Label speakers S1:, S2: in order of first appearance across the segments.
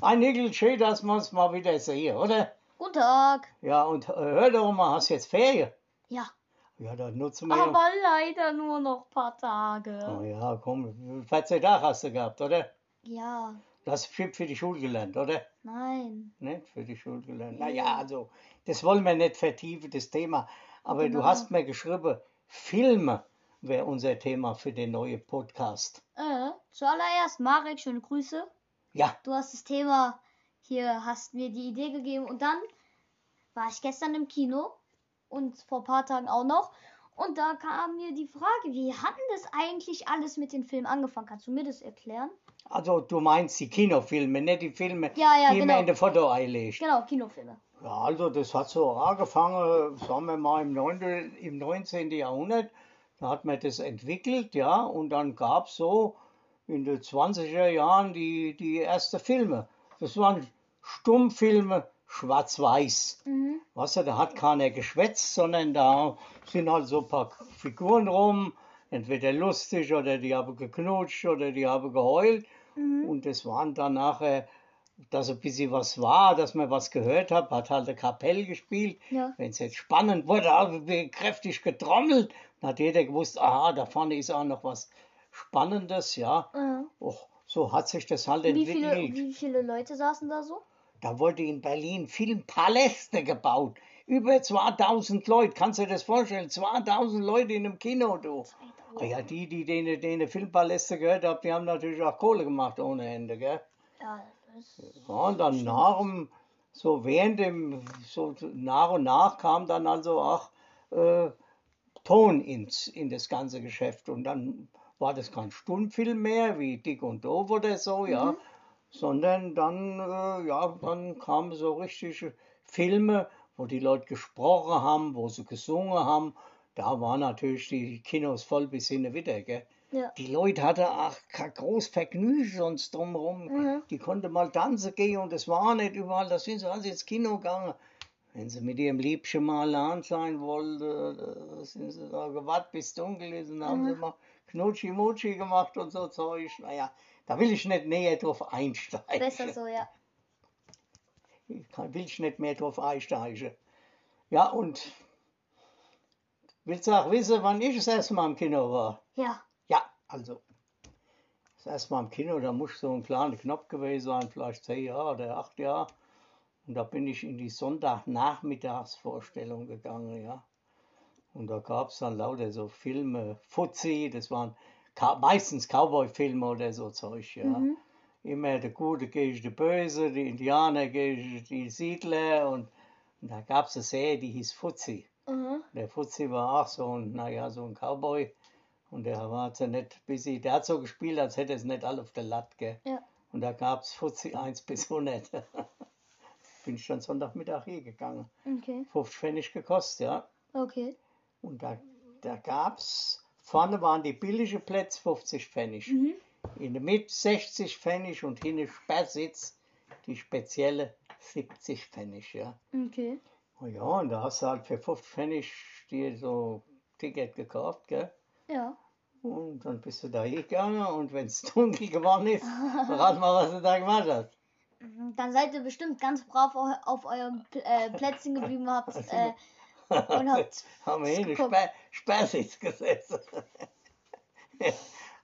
S1: Ein Nickel, schön, dass wir uns mal wieder sehen, oder?
S2: Guten Tag.
S1: Ja, und äh, hör doch mal, hast du jetzt Ferien?
S2: Ja,
S1: Ja, dann nutzen wir.
S2: aber leider nur noch ein paar
S1: Oh
S2: Tage.
S1: ja, komm, 14 Tage hast du gehabt, oder?
S2: Ja,
S1: Du hast viel für die Schule gelernt, oder?
S2: nein.
S1: Nicht für die Schule gelernt. Naja, also, das wollen wir nicht vertiefen, das Thema. Aber
S2: Genau.
S1: du hast mir geschrieben, Filme wäre unser Thema für den neuen Podcast.
S2: Äh, zuallererst, Marek, schöne Grüße.
S1: Ja,
S2: Du hast das Thema hier, hast mir die Idee gegeben. Und dann war ich gestern im Kino und vor ein paar Tagen auch noch. Und da kam mir die Frage, wie hat denn das eigentlich alles mit den Filmen angefangen? Kannst du mir das erklären?
S1: also du meinst die Kinofilme, nicht die Filme,
S2: Ja, ja,
S1: die
S2: genau.
S1: man in der Foto einlegt.
S2: Genau, Kinofilme.
S1: Ja, also das hat so angefangen, sagen wir mal, im, 9., im 19. Jahrhundert. Da hat man das entwickelt, ja, und dann gab es so in den 20er Jahren die, die ersten Filme. Das waren Stummfilme, schwarz-weiß.
S2: Mhm.
S1: Weißt du, da hat keiner geschwätzt, sondern da sind halt so ein paar Figuren rum, entweder lustig oder die haben geknutscht oder die haben geheult.
S2: Mhm.
S1: Und das waren dann nachher, dass ein bisschen was war, dass man was gehört hat, hat halt eine Kapelle gespielt.
S2: Ja.
S1: Wenn es jetzt spannend wurde, haben wir kräftig getrommelt. Dann hat jeder gewusst, aha, da vorne ist auch noch was Spannendes, ja.
S2: Äh,
S1: Och, so hat sich das halt
S2: wie,
S1: entwickelt.
S2: viele, wie viele Leute saßen da so?
S1: Da wurde in Berlin Filmpaläste gebaut. Über 2000 Leute, kannst du dir das vorstellen? 2000 Leute in einem Kino, du. Ah ja, die, die denen, denen Filmpaläste gehört haben, die haben natürlich auch Kohle gemacht ohne Ende, gell?
S2: Ja, das
S1: Ja, und dann nach dem, so während dem, so nach und nach kam dann also auch äh, Ton ins, in das ganze Geschäft. Und dann war das kein Stummfilm mehr, wie Dick und Doof oder so, ja. Sondern dann, äh, ja, dann kamen so richtige Filme, wo die Leute gesprochen haben, wo sie gesungen haben. Da waren natürlich die Kinos voll bis hin wieder, gell?
S2: ja.
S1: Die Leute hatten auch kein groß Vergnügen sonst drumherum. Die konnten mal tanzen gehen und das war nicht überall. Da sind sie also ins Kino gegangen. Wenn sie mit ihrem Liebchen mal allein sein wollte, äh, sind sie da gewartet, bis dunkel ist und haben sie mal Knutschi-Mutschi gemacht und so Zeug. Naja, da will ich nicht näher drauf einsteigen.
S2: Besser so, ja.
S1: Ich kann, will ich nicht mehr drauf einsteigen. Ja, und willst du auch wissen, wann ich das erste Mal im Kino war?
S2: Ja,
S1: Ja, also. Das erste Mal im Kino, da muss so ein kleiner Knopf gewesen sein, vielleicht zehn Jahre oder acht Jahre. Und da bin ich in die Sonntagnachmittagsvorstellung gegangen, ja. Und da gab es dann lauter so Filme, Fuzzi, das waren Ka- meistens Cowboy-Filme oder so Zeug, ja.
S2: Mhm.
S1: Immer der Gute gegen die Böse, die Indianer gegen die Siedler und, und da gab es eine Serie, die hieß Fuzzi.
S2: mhm.
S1: Der Fuzzi war auch so ein, naja, so ein Cowboy. Und der war so nicht busy. Der hat so gespielt, als hätte es nicht alle auf der Latte, gell?
S2: ja.
S1: Und da gab es Fuzzi 1 bis 100. Bin ich dann Sonntagmittag hier gegangen.
S2: Okay,
S1: 50 Pfennig gekostet, ja.
S2: okay.
S1: Und da, da gab es, vorne waren die billigen Plätze 50 Pfennig.
S2: Mhm.
S1: In der Mitte 60 Pfennig und hinten Sperrsitz die spezielle 70 Pfennig, ja.
S2: Okay.
S1: Oh ja, und da hast du halt für 50 Pfennig dir so Ticket gekauft, gell?
S2: Ja.
S1: Und dann bist du da hingegangen und wenn es dunkel geworden ist, rat mal, was du da gemacht hast.
S2: Mhm. Dann seid ihr bestimmt ganz brav au- auf eurem Pl- äh, Plätzchen geblieben habt, äh, und habt.
S1: Haben wir hin,
S2: geguckt.
S1: Sperr, Sperrsitz gesetzt.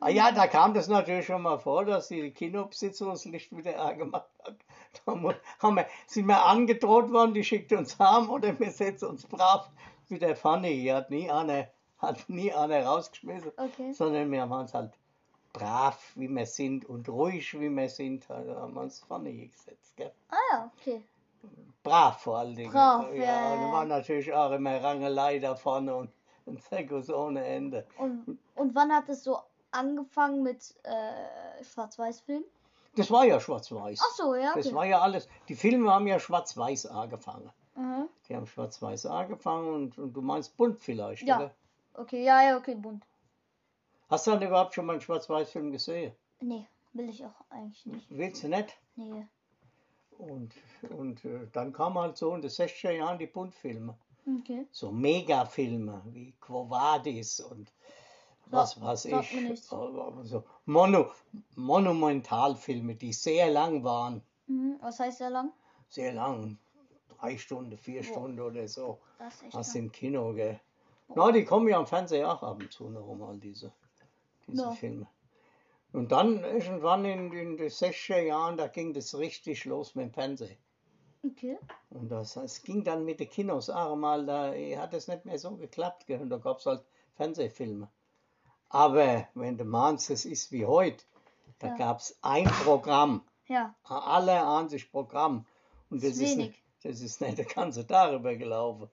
S1: ah ja, da kam das natürlich schon mal vor, dass die Kinobesitzer uns Licht wieder angemacht hat. Da mu- haben wir, sind wir angedroht worden, die schickt uns heim oder wir setzen uns brav wie der Fanny. Die hat nie eine, hat nie eine rausgeschmissen.
S2: Okay.
S1: sondern wir haben uns halt brav, wie wir sind und ruhig, wie wir sind, halt, haben wir uns vorne gesetzt. Gell?
S2: Ah ja, okay.
S1: Brav vor allen Dingen.
S2: Brav,
S1: ja,
S2: ja.
S1: da war natürlich auch immer Rangelei da vorne und ein Zirkus ohne Ende.
S2: Und, und wann hat es so angefangen mit äh, Schwarz-Weiß-Film?
S1: Das war ja schwarz-weiß.
S2: Ach so, ja. Okay.
S1: Das war ja alles. Die Filme haben ja schwarz-weiß angefangen.
S2: mhm.
S1: Die haben schwarz-weiß angefangen und, und du meinst bunt vielleicht,
S2: Ja.
S1: oder?
S2: Okay, ja, ja, okay, bunt.
S1: Hast du dann überhaupt schon mal einen Schwarz-Weiß-Film gesehen?
S2: Nee, will ich auch eigentlich nicht.
S1: Willst du nicht?
S2: Nee.
S1: Und, und äh, dann kamen halt so in den 60er Jahren die Buntfilme.
S2: Okay.
S1: so Megafilme wie Quo Vadis und was weiß
S2: sagt mir
S1: ich, Äh,
S2: nichts.
S1: so Mono, Monumentalfilme, die sehr lang waren.
S2: Mhm. Was heißt sehr lang?
S1: Sehr lang. Drei Stunden, vier
S2: Boah.
S1: Stunden oder so.
S2: Das ist echt
S1: Hast
S2: lang.
S1: im Kino, gell? Na, die kommen ja am Fernseher auch ab und zu noch rum, all diese, diese
S2: Ja.
S1: Filme. Und dann irgendwann in, in den 60er Jahren, da ging das richtig los mit dem Fernsehen.
S2: Okay.
S1: Und das, das ging dann mit den Kinos auch mal, da hat es nicht mehr so geklappt. Gell? Und da gab es halt Fernsehfilme. Aber wenn du meinst, es ist wie heute, da
S2: Ja.
S1: gab es ein Programm, Ah,
S2: Ja.
S1: alle an sich Programm. Und
S2: Das
S1: das
S2: ist
S1: ist,
S2: wenig.
S1: nicht, das ist nicht der ganze Tag über gelaufen.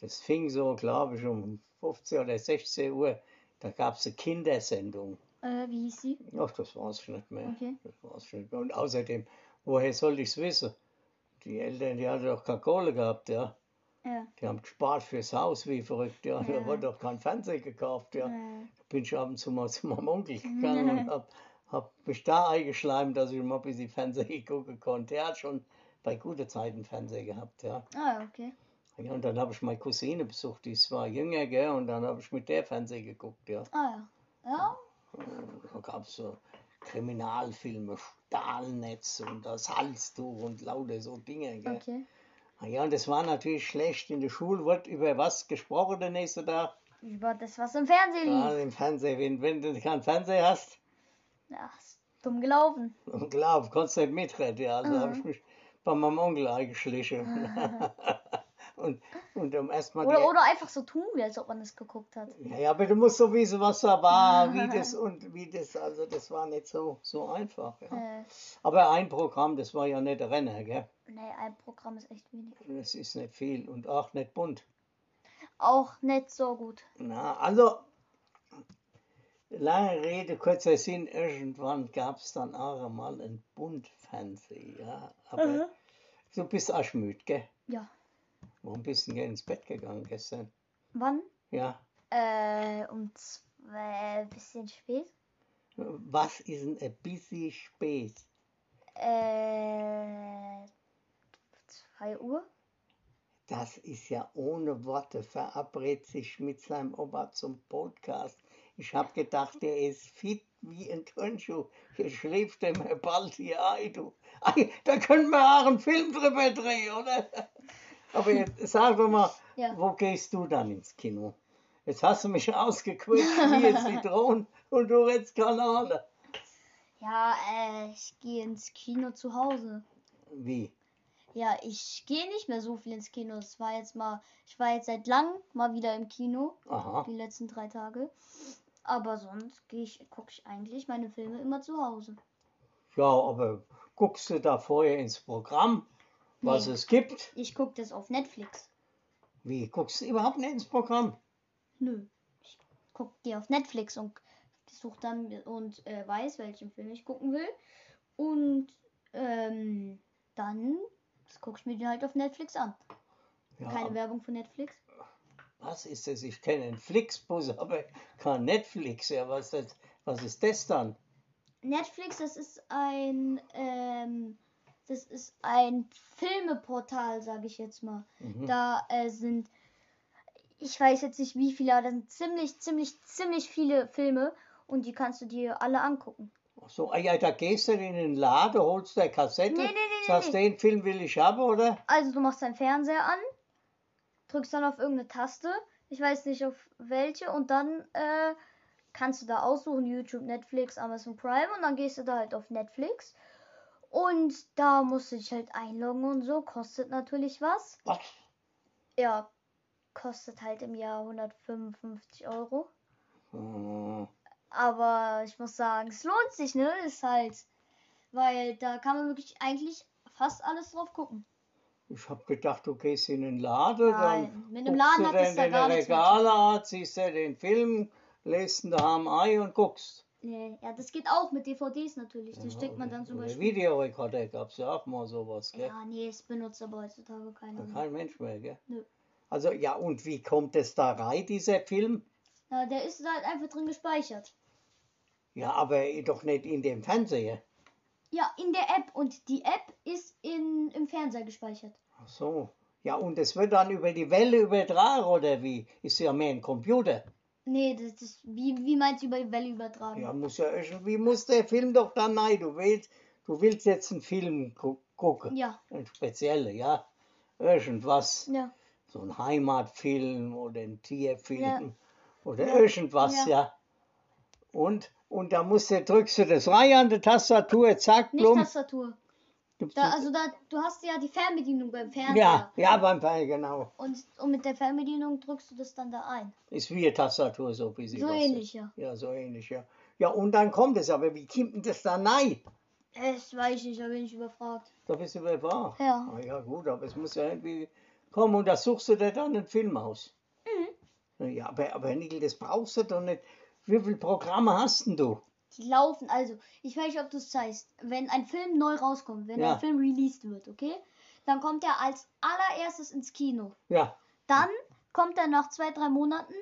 S1: Das fing so, glaube ich, um 15 oder 16 Uhr. Da gab es eine Kindersendung.
S2: Äh, wie hieß sie?
S1: Ach, das war's schon nicht mehr.
S2: Okay.
S1: Das war's schon nicht mehr. Und außerdem, woher soll ich's wissen? Die Eltern, die hatten doch keine Kohle gehabt, ja.
S2: Ja.
S1: Die haben gespart fürs Haus wie verrückt, ja.
S2: Ja.
S1: Da wurde doch kein Fernseher gekauft, ja.
S2: Äh,
S1: Bin ich abends mal zu meinem Onkel gegangen und hab, hab mich da eingeschleimt, dass ich mal ein bisschen Fernseher gucken konnte. Er hat schon bei guten Zeiten Fernseher gehabt, ja.
S2: ah, okay.
S1: Ja, und dann habe ich meine Cousine besucht, die ist zwar jünger, gell, und dann habe ich mit der Fernseh geguckt, ja.
S2: Ah, ja. Ja.
S1: Äh, Da gab es so Kriminalfilme, Stahlnetz und das Halstuch und lauter so Dinge, gell.
S2: Okay.
S1: Ah Ja, und das war natürlich schlecht. In der Schule wird über was gesprochen der nächste Tag.
S2: Über das, was im Fernsehen
S1: Ja,
S2: lief.
S1: im Fernsehen, wenn, wenn du keinen Fernseher hast,
S2: Ja, ist dumm gelaufen.
S1: und glaub, konntest nicht mitreden, ja. Also
S2: Mhm.
S1: habe ich mich bei meinem Onkel eingeschlichen. und, und um erstmal
S2: Oder, oder einfach so tun, wie als ob man das geguckt hat.
S1: Ja, ja, aber du musst so wissen, was da war, wie das und wie das, also das war nicht so, so einfach. Ja.
S2: Äh,
S1: Aber ein Programm, das war ja nicht der Renner, gell?
S2: nee, ein Programm ist echt wenig.
S1: Das ist nicht viel und auch nicht bunt.
S2: Auch nicht so gut.
S1: Na, also, lange Rede, kurzer Sinn, irgendwann gab es dann auch mal ein Buntfernsehen, ja. Aber du bist aschmüd, gell?
S2: Ja.
S1: Warum bist du denn ins Bett gegangen gestern?
S2: Wann?
S1: Ja.
S2: Äh, um zwei, bisschen spät.
S1: Was ist denn ein bisschen spät?
S2: Äh, zwei Uhr?
S1: Das ist ja ohne Worte, verabredet sich mit seinem Opa zum Podcast. Ich habe gedacht, der ist fit wie ein Turnschuh. Hier schläft er mir bald hier ein, du. Ei, Da können wir auch einen Film drüber drehen, oder? Aber jetzt sag doch mal,
S2: Ja.
S1: wo gehst du dann ins Kino? Jetzt hast du mich ausgequetscht wie ein Zitronen und du redest keine Ahnung.
S2: Ja, äh, ich gehe ins Kino zu Hause.
S1: Wie?
S2: Ja, ich gehe nicht mehr so viel ins Kino. Es war jetzt mal, ich war jetzt seit langem mal wieder im Kino,
S1: Aha.
S2: die letzten drei Tage. Aber sonst gehe ich, gucke ich eigentlich meine Filme immer zu Hause.
S1: Ja, aber guckst du da vorher ins Programm, was
S2: Nee.
S1: es gibt?
S2: Ich gucke das auf Netflix.
S1: Wie guckst du überhaupt nicht ins Programm?
S2: Nö. Ich gucke die auf Netflix und suche dann und äh, weiß, welchen Film ich gucken will. Und ähm, dann gucke ich mir den halt auf Netflix an.
S1: Ja,
S2: Keine
S1: aber
S2: Werbung für Netflix.
S1: was ist das? Ich kenne einen Flixbus, aber kein Netflix. Ja, was, das, was ist das dann?
S2: Netflix, das ist ein, ähm, das ist ein Filmeportal, sage ich jetzt mal.
S1: Mhm.
S2: Da äh, sind, ich weiß jetzt nicht wie viele, aber da sind ziemlich, ziemlich, ziemlich viele Filme und die kannst du dir alle angucken.
S1: Ach so, ah ja, da gehst du in den Laden, holst dir Kassette,
S2: Nee, nee, nee,
S1: sagst,
S2: nee,
S1: den Film will ich haben, oder?
S2: Also du machst deinen Fernseher an, drückst dann auf irgendeine Taste, ich weiß nicht auf welche, und dann äh, kannst du da aussuchen, YouTube, Netflix, Amazon Prime, und dann gehst du da halt auf Netflix. Und da musst du dich halt einloggen und so, kostet natürlich was.
S1: Was?
S2: Ja, kostet halt im Jahr 155 Euro.
S1: Hm,
S2: Aber ich muss sagen, es lohnt sich, ne? Ist halt, weil da kann man wirklich eigentlich fast alles drauf gucken.
S1: Ich hab gedacht, du gehst in den Laden,
S2: Nein,
S1: dann
S2: mit dem Laden hat
S1: guckst
S2: das
S1: du
S2: ja
S1: dann
S2: gar
S1: in den
S2: nichts mehr
S1: Regale an, ziehst dir den Film, lässt ihn daheim ein und guckst.
S2: Nee, ja, das geht auch mit DVDs natürlich. Die steckt man dann zum
S1: Oder
S2: Beispiel.
S1: Videorekorder gab es ja auch mal sowas, gell?
S2: Ja, nee, es benutzt aber heutzutage keiner
S1: Ja,
S2: mehr.
S1: Kein Mensch mehr, gell?
S2: Mhm. Nö.
S1: Also, ja, und wie kommt es da rein, dieser Film?
S2: Ja, der ist da halt einfach drin gespeichert.
S1: Ja, aber doch nicht in dem Fernseher.
S2: Ja, in der App. Und die App ist in, im Fernseher gespeichert.
S1: Ach so. Ja, und es wird dann über die Welle übertragen, oder wie? Ist ja mehr ein Computer.
S2: Nee, das ist. Wie, wie meinst du über die Welle übertragen?
S1: Ja, muss ja irgendwie muss der Film doch dann rein. Du willst, du willst jetzt einen Film gucken. gucke.
S2: Ja,
S1: Ein Spezielle, ja. Irgendwas.
S2: ja.
S1: So ein Heimatfilm oder ein Tierfilm oder
S2: Ja.
S1: irgendwas,
S2: Ja.
S1: ja. Und, und da musst du, drückst du das rein an die Tastatur, zack,
S2: Nicht
S1: blum.
S2: Tastatur.
S1: gibt's
S2: Da,
S1: ein-
S2: also da, du hast ja die Fernbedienung beim Fernseher.
S1: ja, ja, beim Teil, genau.
S2: Und, und mit der Fernbedienung drückst du das dann da ein.
S1: Ist wie eine Tastatur, so wie sie
S2: So
S1: was ist.
S2: ähnlich, ja.
S1: Ja, so ähnlich, ja. Ja, und dann kommt es, aber wie kommt denn das da rein?
S2: Das weiß ich nicht, da bin ich überfragt.
S1: Da bist du überfragt.
S2: Ja.
S1: Na ja, gut, aber es muss ja irgendwie kommen und da suchst du dir dann einen Film aus. Mhm. Ja, aber, aber Nickel, das brauchst du doch nicht. Wie viele Programme hast denn du?
S2: Die laufen, also, ich weiß nicht, ob du es zeigst. Wenn ein Film neu rauskommt, wenn
S1: Ja.
S2: ein Film released wird, okay? Dann kommt er als allererstes ins Kino.
S1: Ja,
S2: Dann kommt er nach zwei, drei Monaten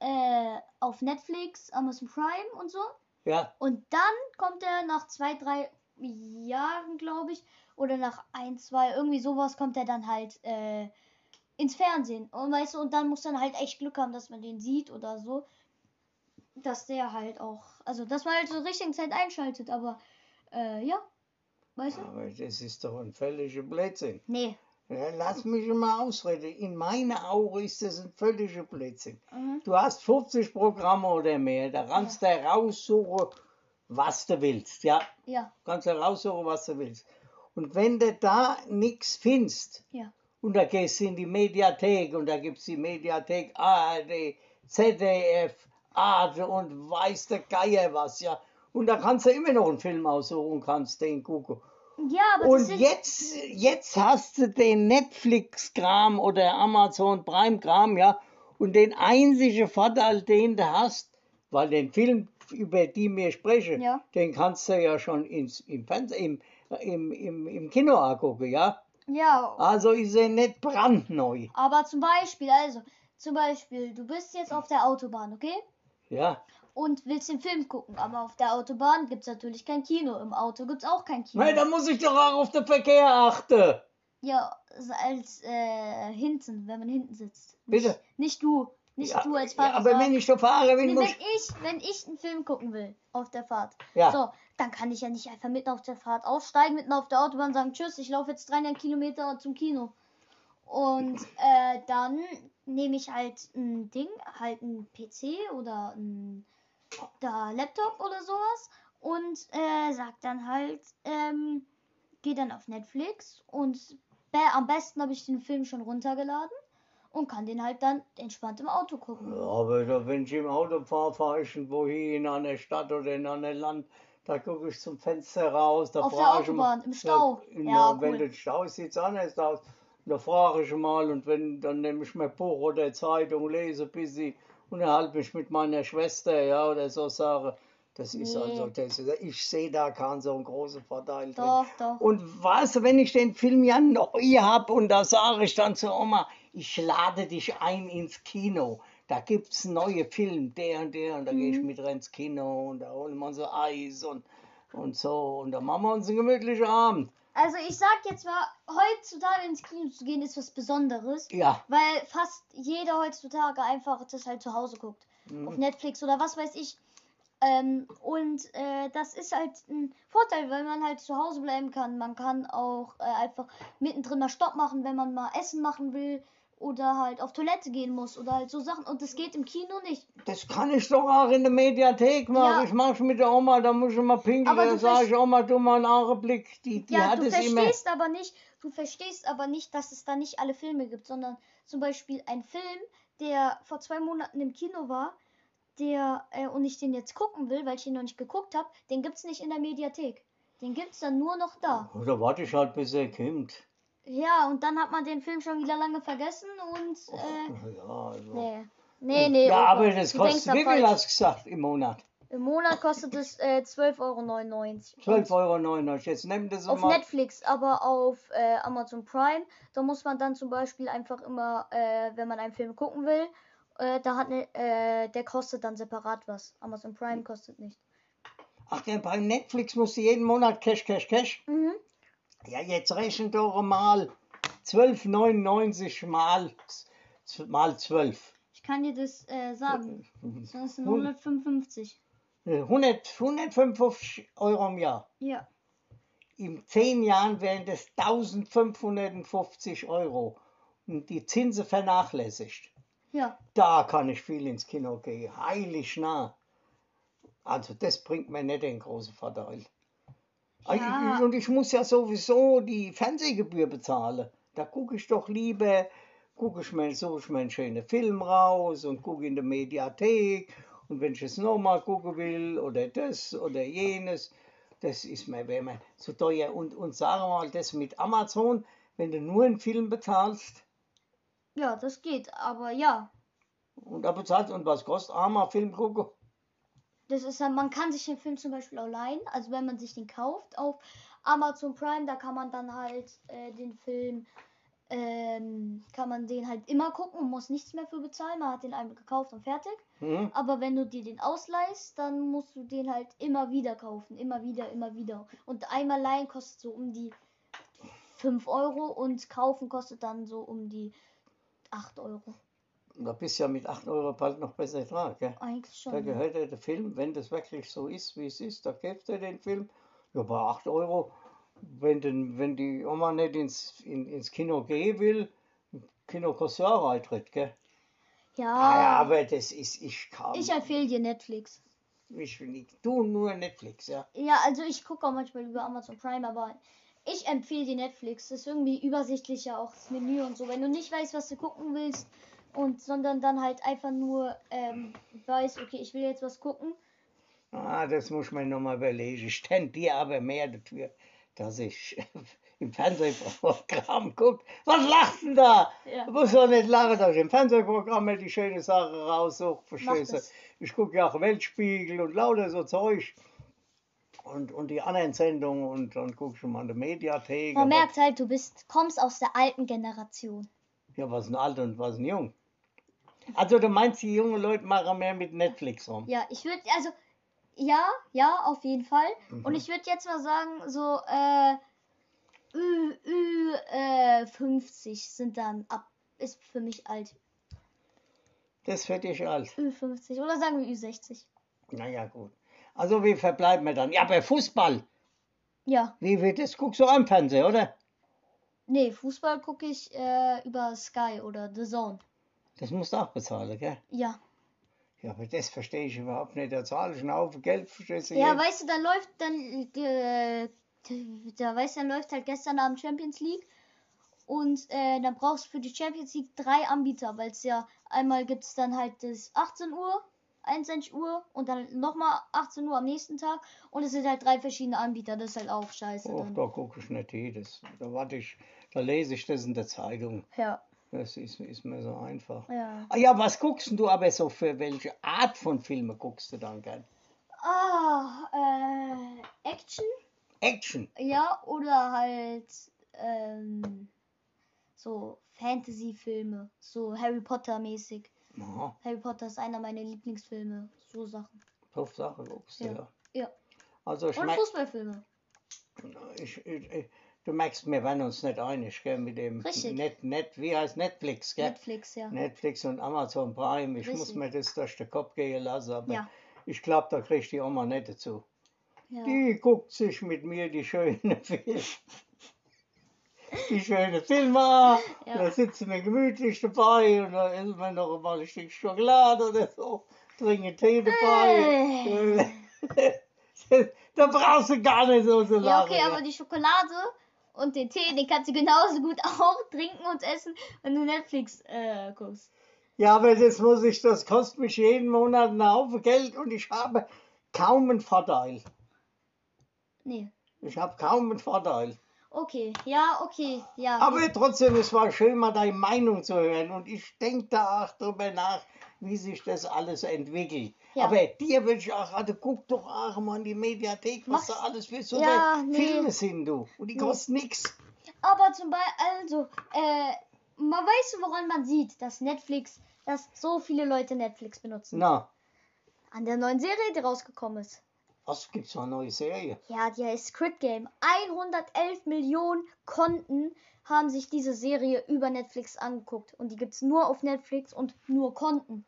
S2: äh, auf Netflix, Amazon Prime und so.
S1: ja,
S2: Und dann kommt er nach zwei, drei Jahren, glaube ich, oder nach ein, zwei, irgendwie sowas, kommt er dann halt äh, ins Fernsehen. Und weißt du, und dann muss dann halt echt Glück haben, dass man den sieht oder so. Dass der halt auch, also dass man halt zur richtigen Zeit einschaltet, aber äh, ja. Weißt du?
S1: aber das ist doch ein völliger Blödsinn.
S2: Nee.
S1: Ja, lass mich mal ausreden. In meinen Augen ist das ein völliger Blödsinn.
S2: Mhm.
S1: Du hast 50 Programme oder mehr, da kannst du raussuchen, was du willst. Ja,
S2: Ja,
S1: kannst du raussuchen, was du willst. Und wenn du da nichts findest,
S2: ja.
S1: und da gehst du in die Mediathek und da gibt es die Mediathek ARD, ZDF, Arte und weiß der Geier was, ja. Und da kannst du immer noch einen Film aussuchen und kannst den gucken.
S2: Ja, aber das
S1: Und
S2: sind,
S1: jetzt, jetzt hast du den Netflix-Kram oder Amazon Prime-Kram, ja. Und den einzigen Vorteil, den du hast, weil den Film, über den wir sprechen,
S2: Ja.
S1: den kannst du ja schon ins, im, Fernse- im, im, im, im Kino angucken, ja.
S2: ja,
S1: Also ist er nicht brandneu,
S2: aber zum Beispiel, also, zum Beispiel, du bist jetzt auf der Autobahn, okay?
S1: ja.
S2: und willst den Film gucken. Aber auf der Autobahn gibt's natürlich kein Kino. Im Auto gibt's auch kein Kino.
S1: Na, da muss ich doch auch auf den Verkehr achten.
S2: ja, so als äh, hinten, wenn man hinten sitzt.
S1: Bitte?
S2: Nicht, nicht du. Nicht
S1: ja,
S2: du als
S1: ja,
S2: Fahrer.
S1: aber wenn ich doch fahre,
S2: nee,
S1: wenn
S2: wenn
S1: muss ich...
S2: ich, wenn ich einen Film gucken will auf der Fahrt,
S1: Ja.
S2: so, dann kann ich ja nicht einfach mitten auf der Fahrt aufsteigen, mitten auf der Autobahn sagen, tschüss, ich laufe jetzt 300 Kilometer zum Kino. Und äh, dann nehme ich halt ein Ding, halt ein PC oder ein da Laptop oder sowas und äh, sag dann halt, ähm, gehe dann auf Netflix und be am besten habe ich den Film schon runtergeladen und kann den halt dann entspannt im Auto gucken.
S1: Ja, Aber da, wenn ich im Auto fahre, fahre ich irgendwo hin in einer Stadt oder in einem Land, da gucke ich zum Fenster raus. Da
S2: Auf der
S1: frage ich mal-
S2: Autobahn, im Stau.
S1: Ja,
S2: Ja,
S1: na, Wenn
S2: cool.
S1: der Stau ist, sieht es anders aus. Da frage ich mal und wenn, dann nehme ich mir Buch oder Zeitung, lese ein bisschen, unterhalte mich mit meiner Schwester, ja, oder so Sachen. Das ist
S2: Nee.
S1: also, das ist, ich sehe da keinen so einen großen Vorteil drin.
S2: Doch, doch.
S1: Und was, wenn ich den Film ja neu habe und da sage ich dann zu Oma, ich lade dich ein ins Kino. Da gibt es neue Film, der und der, und da gehe
S2: Mhm.
S1: ich mit rein ins Kino und da holen wir uns so Eis und, und so. Und da machen wir uns einen gemütlichen Abend.
S2: Also ich sag jetzt mal, heutzutage ins Kino zu gehen ist was Besonderes,
S1: Ja,
S2: weil fast jeder heutzutage einfach das halt zu Hause guckt. Auf Netflix oder was weiß ich. Ähm, und äh, das ist halt ein Vorteil, weil man halt zu Hause bleiben kann. Man kann auch äh, einfach mittendrin mal Stopp machen, wenn man mal Essen machen will oder halt auf Toilette gehen muss oder halt so Sachen. Und das geht im Kino nicht.
S1: das kann ich doch auch in der Mediathek machen.
S2: Ja.
S1: Ich mache es mit der Oma, da muss ich mal pinkeln.
S2: Aber
S1: Da
S2: du
S1: sage ich,
S2: verst-
S1: Oma, tu mal einen Augenblick. Die, die
S2: Ja,
S1: hat
S2: du
S1: es immer.
S2: verstehst aber nicht, du verstehst aber nicht, dass es da nicht alle Filme gibt, sondern zum Beispiel ein Film, der vor zwei Monaten im Kino war, der äh, und ich den jetzt gucken will, weil ich ihn noch nicht geguckt habe, den gibt's nicht in der Mediathek. Den gibt's dann nur noch da.
S1: Da warte ich halt, bis er kommt.
S2: Ja, und dann hat man den Film schon wieder lange vergessen und äh,
S1: Ja, also.
S2: nee. Nee, nee.
S1: ja,
S2: Opa,
S1: aber das
S2: du denkst
S1: kostet,
S2: da
S1: wie viel
S2: falsch.
S1: hast du gesagt im Monat?
S2: Im Monat kostet es äh, 12,99 Euro.
S1: 12,99 Euro. Jetzt nehmen das
S2: Auf
S1: mal.
S2: Netflix, aber auf äh, Amazon Prime, da muss man dann zum Beispiel einfach immer, äh, wenn man einen Film gucken will, äh, da hat ne, äh, der kostet dann separat was. Amazon Prime kostet nicht.
S1: Ach, denn bei Netflix musst du jeden Monat Cash, Cash, Cash.
S2: Mhm.
S1: Ja, jetzt rechnen doch mal 12,99 mal, mal 12.
S2: Ich kann dir das äh, sagen. Das sind
S1: Nun.
S2: 155.
S1: Äh, 100, 155 Euro im Jahr.
S2: Ja.
S1: in zehn Jahren wären das 1550 Euro und die Zinsen vernachlässigt.
S2: Ja.
S1: Da kann ich viel ins Kino gehen, heilig nah. Also das bringt mir nicht den großen Vorteil. Ah,
S2: Ja.
S1: Und ich muss ja sowieso die Fernsehgebühr bezahlen. Da gucke ich doch lieber, gucke ich mir, suche ich mir einen schönen Film raus und gucke in der Mediathek. Und wenn ich es nochmal gucken will oder das oder jenes, das ist mir, wenn man zu teuer. Und, und sagen wir mal, das mit Amazon, wenn du nur einen Film bezahlst,
S2: Ja, das geht, aber ja.
S1: und da bezahlst und was kostet armer Film gucken,
S2: Das ist ja, man kann sich den Film zum Beispiel auch leihen, also wenn man sich den kauft auf Amazon Prime, da kann man dann halt äh, den Film, ähm, kann man den halt immer gucken und muss nichts mehr für bezahlen, man hat den einmal gekauft und fertig.
S1: hm?
S2: Aber wenn du dir den ausleihst, dann musst du den halt immer wieder kaufen. Immer wieder, immer wieder. Und einmal leihen kostet so um die 5 Euro und kaufen kostet dann so um die 8 Euro.
S1: da bist du ja mit 8 Euro bald noch besser dran. Gell?
S2: Eigentlich
S1: Da
S2: schon.
S1: gehört ja der Film, wenn das wirklich so ist, wie es ist, da kauft er den Film. Ja, bei 8 Euro, wenn, den, wenn die Oma nicht ins, in, ins Kino gehen will, Kino kostet ja auch Eintritt, gell? Ah, ja,
S2: Ja,
S1: aber das ist, ich kann,
S2: ich empfehle dir Netflix.
S1: ich, ich tu nur Netflix, ja.
S2: Ja, also ich gucke auch manchmal über Amazon Prime, aber ich empfehle dir Netflix. Das ist irgendwie übersichtlicher, auch das Menü und so. Wenn du nicht weißt, was du gucken willst und sondern dann halt einfach nur ähm, weißt, okay, ich will jetzt was gucken.
S1: Ah, das muss ich mir nochmal überlegen. Ich tendiere aber mehr dafür, dass ich im Fernsehprogramm gucke. Was lachst denn da?
S2: Ja.
S1: Du musst doch nicht lachen, dass ich im Fernsehprogramm mir die schöne Sache raussuche,
S2: Mach
S1: verstehst
S2: das.
S1: du? Ich gucke ja auch Weltspiegel und lauter so Zeug. Und, und die anderen Sendungen und dann gucke ich mal in der Mediathek.
S2: Man
S1: Aber-
S2: merkt halt, du bist, kommst aus der alten Generation.
S1: Ja, was sind alt und was sind jung? Also du meinst, die jungen Leute machen mehr mit Netflix rum.
S2: Ja, ich würde, also, ja, ja, auf jeden Fall. Und ich würde jetzt mal sagen, so, äh, Ü, Ü, äh, 50 sind dann ab, ist für mich alt.
S1: Das finde ich alt.
S2: Ü50 oder sagen wir Ü60.
S1: Naja, gut. Also wie verbleiben wir dann? Ja, bei Fußball.
S2: Ja,
S1: Wie wird das? Guckst du am Fernseher, oder?
S2: nee, Fußball gucke ich äh, über Sky oder The Zone.
S1: Das musst du auch bezahlen, gell?
S2: Ja.
S1: Ja, aber das verstehe ich überhaupt nicht. Da zahle ich einen Haufen Geld, verstehst du?
S2: Ja,
S1: jetzt?
S2: weißt du, dann läuft dann, äh, da weißt du, dann läuft halt gestern Abend Champions League und äh, dann brauchst du für die Champions League drei Anbieter, weil es ja einmal gibt es dann halt das 18 Uhr, 21 Uhr und dann nochmal 18 Uhr am nächsten Tag und es sind halt drei verschiedene Anbieter, das ist halt auch scheiße.
S1: Och,
S2: dann.
S1: da gucke ich nicht jedes. Da warte ich, da lese ich das in der Zeitung.
S2: Ja,
S1: Das ist, ist mir so einfach.
S2: ja.
S1: Ah ja, was guckst denn du aber so für welche Art von Filme guckst du dann gern?
S2: Ah, äh, Action,
S1: Action.
S2: ja, oder halt, ähm, so Fantasy-Filme, so Harry Potter-mäßig.
S1: Aha,
S2: Harry Potter ist einer meiner Lieblingsfilme. So Sachen.
S1: doof Sache guckst du,
S2: Ja.
S1: ja.
S2: Ja.
S1: Also ich,
S2: Und
S1: merk,
S2: Fußballfilme.
S1: ich, ich, ich du merkst, wir werden uns nicht einig, gell, mit dem
S2: Richtig.
S1: Net, Net, wie heißt Netflix, gell?
S2: Netflix, ja.
S1: Netflix und Amazon Prime. Ich muss
S2: Richtig.
S1: mir das durch den Kopf gehen lassen, aber
S2: Ja.
S1: ich glaube, da kriegt die Oma nicht dazu.
S2: ja.
S1: Die guckt sich mit mir die schönen Filme. Die schönen Filme an,
S2: Ja.
S1: da sitzen wir gemütlich dabei und da essen wir noch mal ein Stück Schokolade oder so, trinken Tee dabei. da brauchst du gar nicht so zu
S2: Ja,
S1: lachen.
S2: okay, aber die Schokolade und den Tee, den kannst du genauso gut auch trinken und essen, wenn du Netflix äh, guckst.
S1: Ja, aber das muss ich, das kostet mich jeden Monat einen Haufen Geld und ich habe kaum einen Vorteil.
S2: Nee.
S1: Ich habe kaum einen Vorteil.
S2: Okay, ja, okay, ja.
S1: Aber trotzdem, es war schön, mal deine Meinung zu hören. Und ich denke da auch drüber nach, wie sich das alles entwickelt.
S2: Ja.
S1: Aber dir will ich auch raten, guck doch auch mal in die Mediathek, was
S2: Mach's-
S1: da alles für so
S2: Ja,
S1: eine
S2: nee.
S1: Filme sind, du. Und die kosten nichts.
S2: Aber zum Beispiel, also, äh, man weiß, woran man sieht, dass Netflix, dass so viele Leute Netflix benutzen.
S1: Na,
S2: An der neuen Serie, die rausgekommen ist.
S1: was gibt's noch neue Serie?
S2: Ja, die heißt Squid Game. 111 Millionen Konten haben sich diese Serie über Netflix angeguckt. Und die gibt's nur auf Netflix und nur Konten.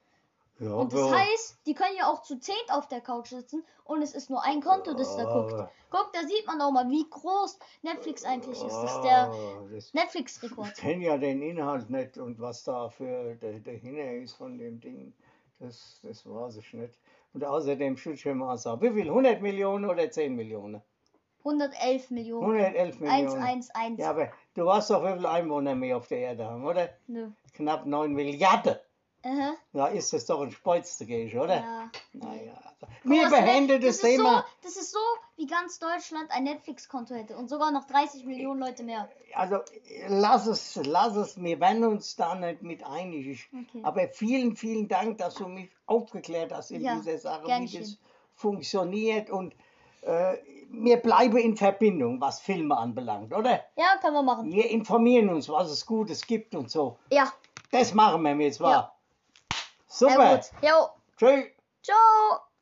S1: Ja,
S2: Und das
S1: ja.
S2: heißt, die können ja auch zu zehnt auf der Couch sitzen und es ist nur ein Konto, das da guckt.
S1: Ah.
S2: Guck, da sieht man auch mal, wie groß Netflix eigentlich ist. Das ist der
S1: Ah, das- Ich
S2: Netflix-Rekord.
S1: kenne ja den Inhalt nicht und was da für der- dahinter ist von dem Ding. Das, das weiß ich nicht. Und außerdem Schildschirmmaßnahme. Wie viel? 100 Millionen oder 10 Millionen?
S2: 111 Millionen.
S1: 111 Millionen.
S2: 111.
S1: Ja, aber du weißt doch, wie viele Einwohner wir auf der Erde haben, oder?
S2: Nö.
S1: Knapp 9 Milliarden.
S2: Ne. Aha.
S1: Da ist das doch ein Speiz dagegen, oder?
S2: Ja.
S1: Naja. also.
S2: Guck
S1: Wir
S2: mal, Sven,
S1: beenden das,
S2: ist
S1: Thema.
S2: So, das ist so, wie ganz Deutschland ein Netflix-Konto hätte und sogar noch 30 Millionen Leute mehr.
S1: Also lass es, lass es. Wir werden uns da nicht mit einig. Ich-
S2: Okay.
S1: Aber vielen, vielen Dank, dass du mich aufgeklärt hast in
S2: Ja,
S1: dieser Sache,
S2: gern
S1: wie das
S2: geschehen.
S1: funktioniert. Und äh, wir bleiben in Verbindung, was Filme anbelangt, oder?
S2: Ja, können wir machen.
S1: Wir informieren uns, was es Gutes gibt und so.
S2: Ja,
S1: Das machen wir jetzt mal.
S2: sehr
S1: Super.
S2: gut. Jo,
S1: Tschüss.
S2: ciao.